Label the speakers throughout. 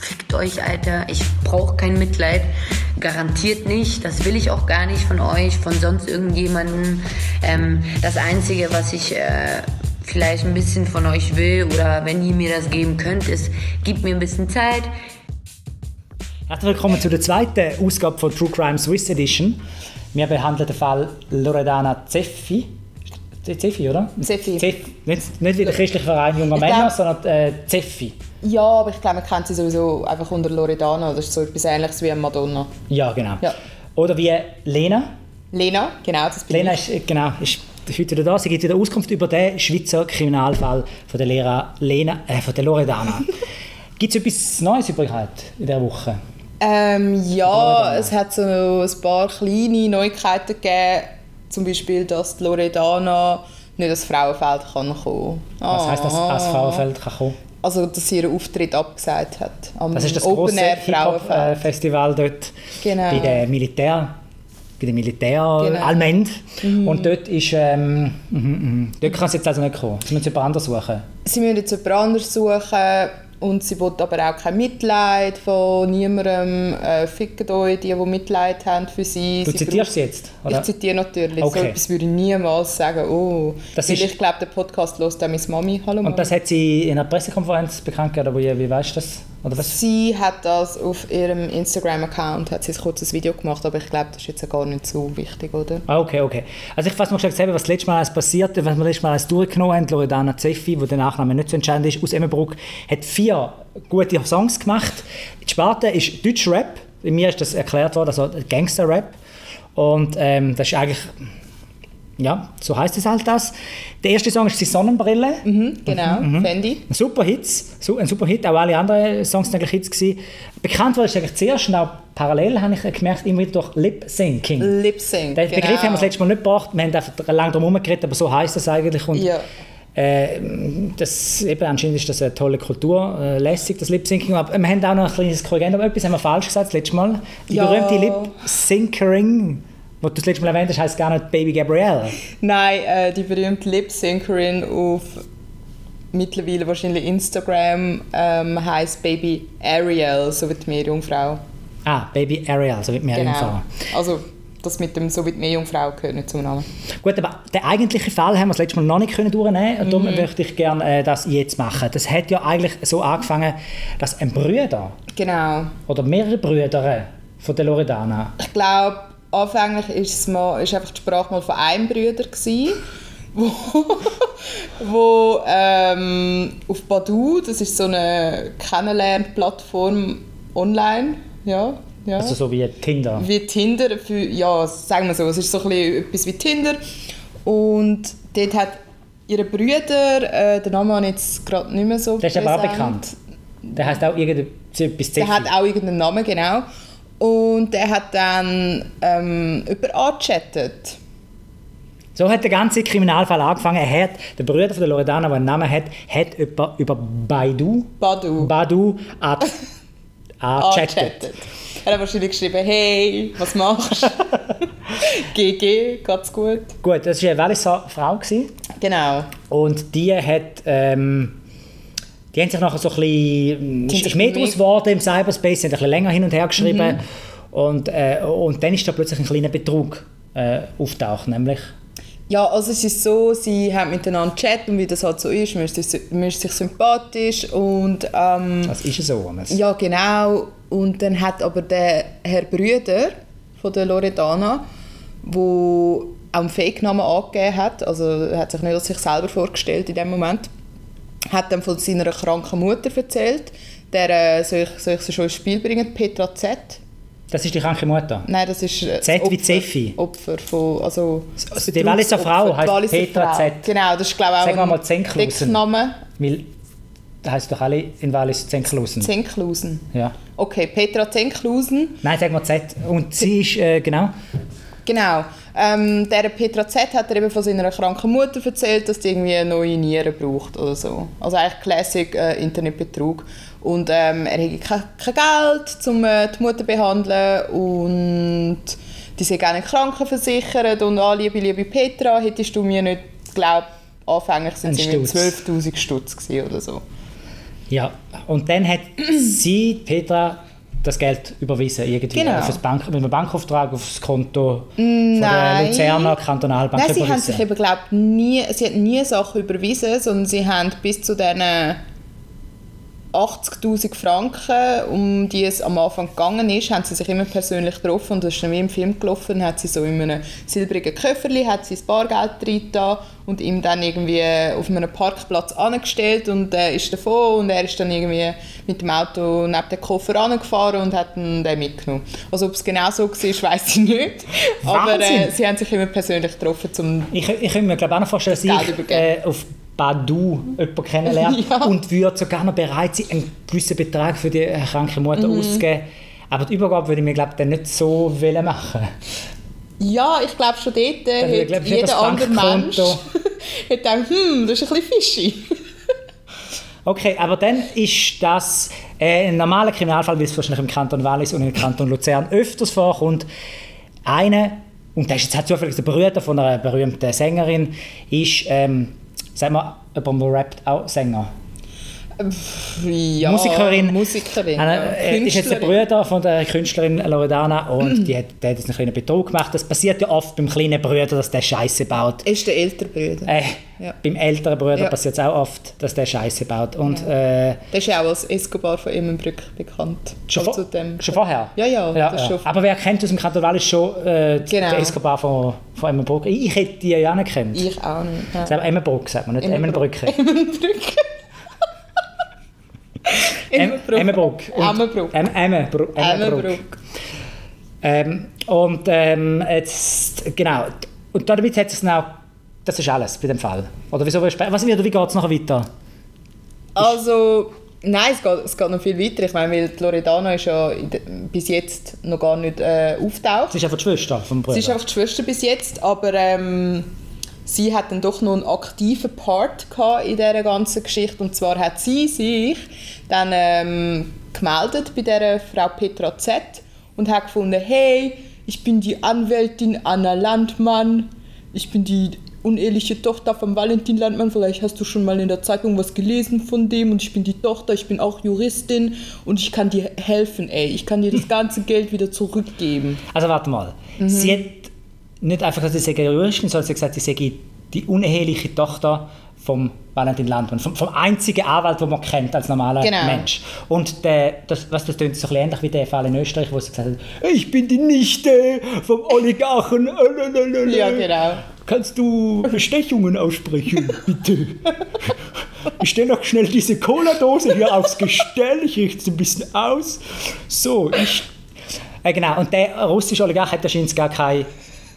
Speaker 1: fickt euch, Alter. Ich brauche kein Mitleid. Garantiert nicht. Das will ich auch gar nicht von euch, von sonst irgendjemanden. Ähm, das Einzige, was ich... Äh, vielleicht ein bisschen von euch will oder wenn ihr mir das geben könnt, ist, gebt mir ein bisschen Zeit.
Speaker 2: Herzlich willkommen zu der zweiten Ausgabe von True Crime Swiss Edition. Wir behandeln den Fall Loredana Zeffi. Zeffi, oder?
Speaker 3: Zeffi.
Speaker 2: Zeff- Nicht, nicht wie der christliche Verein junger
Speaker 3: Ich
Speaker 2: Männer,
Speaker 3: glaub-
Speaker 2: sondern äh, Zeffi.
Speaker 3: Ja, aber ich glaube, man kennt sie sowieso einfach unter Loredana. Das ist so etwas ähnliches wie eine Madonna.
Speaker 2: Ja, genau.
Speaker 3: Ja.
Speaker 2: Oder wie Lena.
Speaker 3: Lena, genau, das bin
Speaker 2: Lena
Speaker 3: ich.
Speaker 2: ist, äh, genau, ist heute wieder da. Sie gibt wieder Auskunft über den Schweizer Kriminalfall von der Lehrer Lena, äh, von der Loredana. Gibt es etwas Neues übrigens in dieser Woche?
Speaker 3: Ähm, ja, es hat so ein paar kleine Neuigkeiten gegeben. Zum Beispiel, dass die Loredana nicht ins Frauenfeld kann kommen kann.
Speaker 2: Was heisst das,
Speaker 3: Ah.
Speaker 2: als Frauenfeld kann kommen?
Speaker 3: Also, dass sie ihren Auftritt abgesagt hat. Am
Speaker 2: Das ist das große
Speaker 3: Open
Speaker 2: äh,
Speaker 3: Air Frauenfeld.
Speaker 2: Hip-Hop-Festival dort
Speaker 3: Genau.
Speaker 2: bei der Militär, bei der Militär
Speaker 3: Genau.
Speaker 2: Allmend. Und dort ist, ähm, mhm, mhm. dort kann sie jetzt also nicht kommen. Sie müssen jemand anderes suchen.
Speaker 3: Sie müssen jetzt jemand anderes suchen und sie will aber auch kein Mitleid von niemandem. Äh, fickt euch, die, die Mitleid haben für sie.
Speaker 2: Du
Speaker 3: sie
Speaker 2: zitierst sie jetzt,
Speaker 3: Ich
Speaker 2: oder?
Speaker 3: zitiere natürlich. So
Speaker 2: Okay.
Speaker 3: etwas würde ich niemals sagen. Oh,
Speaker 2: Das
Speaker 3: weil
Speaker 2: ist-
Speaker 3: ich glaube, der Podcast hört auch meine Mami. Hallo Mami.
Speaker 2: Und das hat sie in einer Pressekonferenz bekannt gegeben, oder wie, wie weißt du das? Oder was?
Speaker 3: sie hat das auf ihrem Instagram-Account, hat sie ein kurzes Video gemacht, aber ich glaube, das ist jetzt gar nicht so wichtig, oder? Hm?
Speaker 2: Ah, okay, okay. Also ich fasse mal schnell zusammen, was letztes Mal alles passiert ist. Was wir letztes Mal alles durchgenommen haben, Loredana Zeffi, wo der Nachname nicht so entscheidend ist, aus Emmenbruck, hat vier gute Songs gemacht. Die Sparte ist Deutschrap. In mir ist das erklärt worden, also Gangsterrap. Und ähm, das ist eigentlich... Ja, so heißt es halt das. Der erste Song ist die Sonnenbrille.
Speaker 3: Genau,
Speaker 2: Mhm.
Speaker 3: Fendi.
Speaker 2: Ein super Hits, so- ein super Hit, auch alle anderen Songs sind eigentlich Hits gewesen. Bekannt wurde es eigentlich zuerst, und auch parallel habe ich gemerkt, immer wieder durch Lip Syncing.
Speaker 3: Lip Sync.
Speaker 2: Den
Speaker 3: genau.
Speaker 2: Begriff haben wir das letzte Mal nicht gebracht. Wir haben einfach lange drum herum geredet, aber so heisst das eigentlich. Und
Speaker 3: Ja.
Speaker 2: äh, das, eben, anscheinend ist das eine tolle Kultur, äh, lässig, das Lip-Syncing. Aber äh, wir haben auch noch ein kleines Korrigendum. Etwas haben wir falsch gesagt das letzte Mal. Die
Speaker 3: Ja.
Speaker 2: berühmte Lip-Syncering, die du das letzte Mal erwähnt hast, heisst gar nicht Baby Gabrielle.
Speaker 3: Nein, äh, die berühmte Lip Syncerin auf mittlerweile wahrscheinlich Instagram ähm, heißt Baby Ariel, so wie die Meerjungfrau.
Speaker 2: Ah, Baby Ariel, so wird mir genau.
Speaker 3: Genau. Also das mit dem so wie die Meerjungfrau gehört nicht zum Namen.
Speaker 2: Gut, aber den eigentlichen Fall haben wir das letzte Mal noch nicht können durchnehmen und
Speaker 3: Mhm.
Speaker 2: darum möchte ich gerne äh, das jetzt machen. Das hat ja eigentlich so angefangen, dass ein Brüder
Speaker 3: Genau.
Speaker 2: oder mehrere Brüder von der Loredana
Speaker 3: Ich glaube, anfänglich ist es mal, ist einfach die Sprache mal von einem Brüder gsi, wo, wo ähm, auf Badu, das ist so eine Kennenlernplattform online, ja, ja.
Speaker 2: Also so wie Tinder.
Speaker 3: wie Tinder für ja sagen wir so es ist so ein bisschen etwas wie Tinder und dort hat ihre Brüder äh, den Namen habe ich jetzt gerade nicht mehr so
Speaker 2: Der ist aber auch
Speaker 3: präsent.
Speaker 2: bekannt. Der heißt auch irgendetwas
Speaker 3: der hat
Speaker 2: Zeffi.
Speaker 3: auch irgendeinen Namen genau und der hat dann ähm, über angechattet
Speaker 2: So hat der ganze Kriminalfall angefangen. Er hat, der Bruder von der Loredana, der einen Namen hat, hat über, über Baidu,
Speaker 3: Badu
Speaker 2: Badu ab-
Speaker 3: Ah,
Speaker 2: angechattet.
Speaker 3: angechattet er hat wahrscheinlich geschrieben hey was machst GG geht's gut
Speaker 2: Gut, das war eine Walliser Frau. Gewesen.
Speaker 3: genau
Speaker 2: Und die hat. Ähm, die haben sich nachher so ein bisschen.
Speaker 3: Die
Speaker 2: Es
Speaker 3: sind
Speaker 2: ist mehr
Speaker 3: mega-
Speaker 2: draus geworden im Cyberspace, sie haben ein bisschen länger hin und her
Speaker 3: Mhm.
Speaker 2: geschrieben. Und, äh, und dann ist da plötzlich ein kleiner Betrug äh, auftaucht, nämlich.
Speaker 3: Ja, also es ist so, sie haben miteinander Chat und wie das halt so ist, man ist, sich- man ist sich sympathisch und ähm,
Speaker 2: Das ist ja so. Hannes.
Speaker 3: ja genau und dann hat aber der Herr Brüder von der Loredana, wo auch einen Fake-Namen angegeben hat, also er hat sich nicht als sich selber vorgestellt in dem Moment, hat dann von seiner kranken Mutter erzählt, der äh, soll, ich, soll ich sie schon ins Spiel bringen, Petra Z.
Speaker 2: Das ist die kranke Mutter.
Speaker 3: Nein, das ist äh,
Speaker 2: Z
Speaker 3: das
Speaker 2: wie
Speaker 3: Opfer-
Speaker 2: Zeffi.
Speaker 3: Opfer von also
Speaker 2: Also die Walliser Frau
Speaker 3: Opfer, die
Speaker 2: heisst
Speaker 3: Walliser
Speaker 2: Petra
Speaker 3: Frau.
Speaker 2: Z.
Speaker 3: Genau, das ist glaube ich auch
Speaker 2: Sagen wir mal
Speaker 3: ein
Speaker 2: Zenklusen.
Speaker 3: Deckname.
Speaker 2: Weil da heisst doch alle in Wallis Zenklusen.
Speaker 3: Zenklusen.
Speaker 2: Ja.
Speaker 3: Okay, Petra Zenklusen.
Speaker 2: Nein, sagen wir Z. Und sie ist, äh, genau.
Speaker 3: Genau. Ähm, der Petra Z hat er eben von seiner kranken Mutter erzählt, dass die irgendwie eine neue Niere braucht oder so. Also eigentlich Classic äh, Internetbetrug. Und ähm, er hätte kein, kein Geld, um äh, die Mutter zu behandeln und die sind gerne krankenversichert und «Ah, liebe, liebe Petra, hättest du mir nicht geglaubt, anfänglich
Speaker 2: Ein
Speaker 3: sind sie irgendwie
Speaker 2: Stutz.
Speaker 3: 12'000 Stutz gewesen oder so.
Speaker 2: Ja, und dann hat sie, Petra, das Geld überwiesen irgendwie
Speaker 3: Genau.
Speaker 2: auf das Bank, mit einem Bankauftrag aufs Konto von der
Speaker 3: Nein.
Speaker 2: Luzerner Kantonalbank
Speaker 3: Nein, sie haben
Speaker 2: überwiesen.
Speaker 3: sich eben, glaubt, nie, sie hat nie Sachen überwiesen, sondern sie haben bis zu diesen 80'000 Franken, um die es am Anfang gegangen ist, haben sie sich immer persönlich getroffen und das ist dann wie im Film gelaufen, hat sie so in einem silbrigen Köfferli, hat sie das Bargeld reingetan und ihm dann irgendwie äh, auf einem Parkplatz angestellt und er ist davon und er ist dann irgendwie mit dem Auto neben den Koffer angefahren und hat ihn dann mitgenommen. Also ob es genau so war, weiß ich nicht, aber äh,
Speaker 2: Wahnsinn!
Speaker 3: sie haben sich immer persönlich getroffen, um
Speaker 2: Ich, ich könnte mir glaube auch noch vorstellen, dass
Speaker 3: Geld
Speaker 2: ich
Speaker 3: übergeben.
Speaker 2: äh, auf Badu jemanden kennenlerne
Speaker 3: Ja.
Speaker 2: und würde sogar noch bereit sein, einen gewissen Betrag für die äh, kranke Mutter
Speaker 3: Mhm.
Speaker 2: auszugeben. Aber die Übergabe würde ich mir glaube ich, dann nicht so wollen machen.
Speaker 3: Ja, ich glaube schon dort äh,
Speaker 2: Dann
Speaker 3: hat
Speaker 2: glaub ich, das
Speaker 3: jeder andere Mensch
Speaker 2: Bankkonto.
Speaker 3: hat gedacht, hm, das ist ein bisschen fishy.
Speaker 2: Okay, aber dann ist das äh, ein normaler Kriminalfall, wie es wahrscheinlich im Kanton Wallis und im Kanton Luzern öfters vorkommt. Eine, und das ist jetzt halt zufällig der Bruder von einer berühmten Sängerin, ist, ähm, sagen wir, jemand, der rappt, auch Sänger.
Speaker 3: Ja,
Speaker 2: Musikerin.
Speaker 3: Musikerin, ja.
Speaker 2: Eine, äh, ist jetzt der
Speaker 3: Künstlerin.
Speaker 2: Bruder von der Künstlerin Loredana und die hat, der hat jetzt einen kleinen Betrug gemacht. Das passiert ja oft beim kleinen Bruder, dass der Scheiße baut.
Speaker 3: Ist der ältere Bruder.
Speaker 2: Äh,
Speaker 3: Ja.
Speaker 2: Beim älteren Bruder
Speaker 3: Ja.
Speaker 2: passiert es auch oft, dass der Scheiße baut. Und äh,
Speaker 3: Der ist ja auch als Escobar von Immenbrück bekannt.
Speaker 2: schon,
Speaker 3: Also
Speaker 2: vor,
Speaker 3: dem-
Speaker 2: schon vorher?
Speaker 3: Ja, ja, das schon vor-
Speaker 2: Aber wer kennt aus dem Kanton Wallis schon äh,
Speaker 3: Genau.
Speaker 2: den Escobar von, von Emmenbrück? Ich, ich hätte die ja nicht gekannt.
Speaker 3: Ich auch nicht. Ja.
Speaker 2: Sagen wir Emmenbrück, sagt man nicht
Speaker 3: Emmenbrück.
Speaker 2: Emmenbrücke.
Speaker 3: Immenbrück. Immenbrück.
Speaker 2: Emmenbrück. Und-
Speaker 3: Emmenbrück.
Speaker 2: Em- Emmenbru- Emmenbrück.
Speaker 3: Immenbrück.
Speaker 2: Ähm, und ähm, jetzt, genau. Und damit hat es dann auch, das ist alles bei dem Fall. Oder wieso, willst du- was, wie, oder wie geht es nachher weiter?
Speaker 3: Also, nein, es geht, es geht noch viel weiter. Ich meine, weil die Loredana ist ja in de- bis jetzt noch gar nicht äh, auftaucht.
Speaker 2: Das ist einfach die Schwester vom Bruder.
Speaker 3: Sie ist einfach die Schwester bis jetzt, aber ähm, sie hat dann doch noch einen aktiven Part gehabt in dieser ganzen Geschichte. Und zwar hat sie sich dann ähm, gemeldet bei dieser Frau Petra Z und hat gefunden, hey, ich bin die Anwältin Anna Landmann, ich bin die uneheliche Tochter von Valentin Landmann, vielleicht hast du schon mal in der Zeitung was gelesen von dem und ich bin die Tochter, ich bin auch Juristin und ich kann dir helfen, ey, ich kann dir das ganze Geld wieder zurückgeben.
Speaker 2: also warte mal.
Speaker 3: Mhm.
Speaker 2: Sie hat nicht einfach gesagt, sie sei Juristin, sondern sie hat gesagt, sie sei die uneheliche Tochter vom Valentin Landmann, vom, vom einzigen Anwalt, den man kennt als normaler
Speaker 3: Genau.
Speaker 2: Mensch. Und der, das, was, das klingt so ein bisschen ähnlich wie der Fall in Österreich, wo sie gesagt hat, ich bin die Nichte vom Oligarchen. äh,
Speaker 3: Ja, genau.
Speaker 2: Kannst du Bestechungen aussprechen, bitte? Ich stelle noch schnell diese Cola-Dose hier aufs Gestell, ich richte es ein bisschen aus. So, ich. Äh, genau, und der russische Oligarch hat wahrscheinlich gar keine,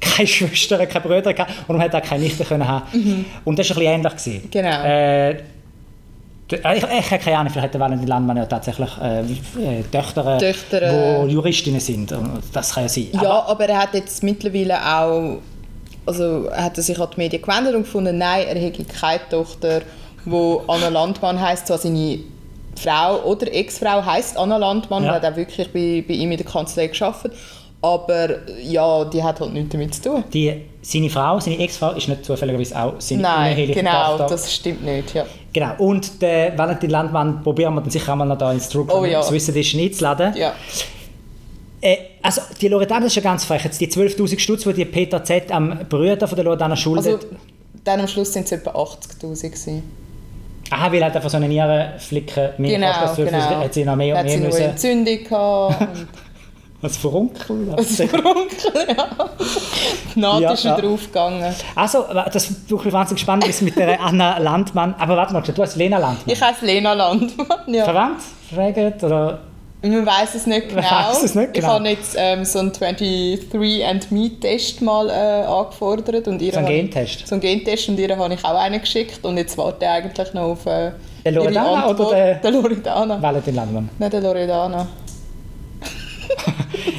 Speaker 2: keine Schwestern, keine Brüder gehabt und darum hat er auch keine Nichte können haben. Und das war ein bisschen ähnlich. Gewesen.
Speaker 3: Mhm. Genau.
Speaker 2: Äh, d- äh, ich, ich habe keine Ahnung, vielleicht hat der Valentin Landmann ja tatsächlich äh, äh, Töchter,
Speaker 3: Töchter, äh,
Speaker 2: die Juristinnen sind. Und Das kann ja sein.
Speaker 3: Ja, aber, er hat jetzt mittlerweile auch, also er hat er sich an die Medien gewendet und gefunden, nein, er hätte keine Tochter, wo Anna Landmann heißt, zwar seine Frau oder Ex-Frau heißt Anna Landmann,
Speaker 2: Ja.
Speaker 3: ja. hat auch wirklich bei, bei ihm in der Kanzlei geschafft, aber ja, die hat halt nichts damit zu tun.
Speaker 2: die, seine Frau, seine Ex-Frau, ist nicht zufälligerweise auch seine
Speaker 3: Nein,
Speaker 2: uneheliche
Speaker 3: genau,
Speaker 2: Tochter.
Speaker 3: das stimmt nicht, ja.
Speaker 2: Genau. Und den Valentin Landmann probieren wir dann sicher auch mal noch da ins True
Speaker 3: Oh ja.
Speaker 2: Swiss Edition einzuladen.
Speaker 3: ja.
Speaker 2: Äh, also, die Loredana ist ja ganz frech. Jetzt die 12'000 Stutz, die die Peter Z. am Bruder von der Loredana schuldet.
Speaker 3: Also dann am Schluss sind es etwa 80'000 gewesen.
Speaker 2: Aha, weil er hat einfach so eine Nierenflicke mehr
Speaker 3: Genau,
Speaker 2: gekostet, 12'000,
Speaker 3: genau.
Speaker 2: hat sie noch mehr und
Speaker 3: Hat
Speaker 2: mehr
Speaker 3: sie noch
Speaker 2: müssen.
Speaker 3: Entzündung gehabt und
Speaker 2: Was für Onkel?
Speaker 3: Das ist verunkel, ja. Die Naht
Speaker 2: Ja,
Speaker 3: ist schon
Speaker 2: ja.
Speaker 3: draufgegangen.
Speaker 2: Also, das ist wirklich wahnsinnig spannend ist mit der Anna Landmann. Aber warte mal, du hast Lena Landmann.
Speaker 3: Ich heiße Lena Landmann. Ja.
Speaker 2: Verwandt? Verwegert? Oder
Speaker 3: Man weiß es nicht genau.
Speaker 2: Man weiss es nicht
Speaker 3: Ich
Speaker 2: genau.
Speaker 3: habe jetzt ähm, so einen 23andMe-Test mal äh, angefordert. Und ihr
Speaker 2: So einen
Speaker 3: habe-
Speaker 2: Gentest?
Speaker 3: So einen Gentest und ihr habe ich auch einen geschickt. Und jetzt warte ich eigentlich noch auf äh,
Speaker 2: Der Loredana
Speaker 3: ihre Antwort.
Speaker 2: oder der-
Speaker 3: der Loredana?
Speaker 2: Valentin Landmann?
Speaker 3: Nicht der Loredana.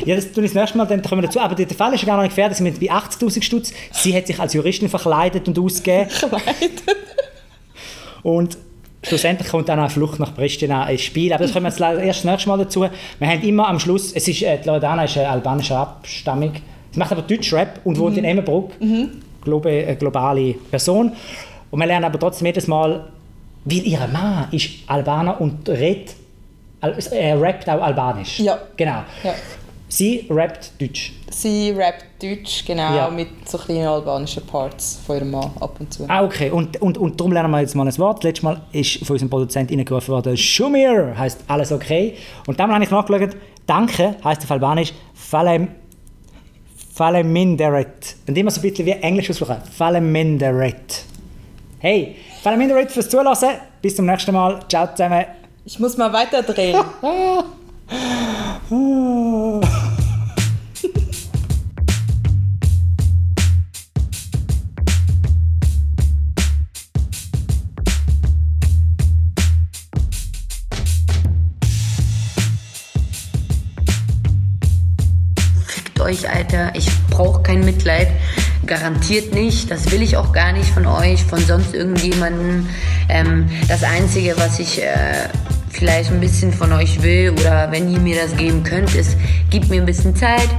Speaker 2: Ja, das tun wir das nächste Mal, dann kommen wir dazu. Aber der Fall ist ja gar noch nicht fertig. Sie sind bei 80'000 Stutz. Sie hat sich als Juristin verkleidet und ausgegeben. Und schlussendlich kommt dann auch Flucht nach Pristina ins Spiel. Aber das kommen wir jetzt leider erst das nächste Mal dazu. Wir haben immer am Schluss, es ist, äh, die Loredana ist eine albanische Abstammung. Sie macht aber Deutschrap und wohnt in äh, Emmerbruck. Globe, eine globale Person. Und wir lernen aber trotzdem jedes Mal, Weil ihr Mann ist Albaner und redet, al- er rappt auch Albanisch.
Speaker 3: Ja.
Speaker 2: Genau.
Speaker 3: Ja.
Speaker 2: Sie rappt Deutsch.
Speaker 3: Sie rappt Deutsch, genau,
Speaker 2: Ja.
Speaker 3: mit so kleinen albanischen Parts von ihrem Mann ab und zu.
Speaker 2: Ah, okay. Und, und, und darum lernen wir jetzt mal ein Wort. Letztes Mal ist von unserem Produzent reingerufen worden, Shumir heißt alles okay. Und dann habe ich nachgeschaut, Danke heißt auf Albanisch Falem, Faleminderet. Und immer so ein bisschen wie Englisch aussprechen. Faleminderet. Hey, Faleminderet fürs Zulassen. Bis zum nächsten Mal. Ciao zusammen.
Speaker 3: Ich muss mal weiterdrehen.
Speaker 1: Fickt euch, Alter. Ich brauche kein Mitleid. Garantiert nicht. Das will ich auch gar nicht von euch, von sonst irgendjemanden. Ähm, das Einzige, was ich äh, vielleicht ein bisschen von euch will oder wenn ihr mir das geben könnt, ist, gebt mir ein bisschen Zeit,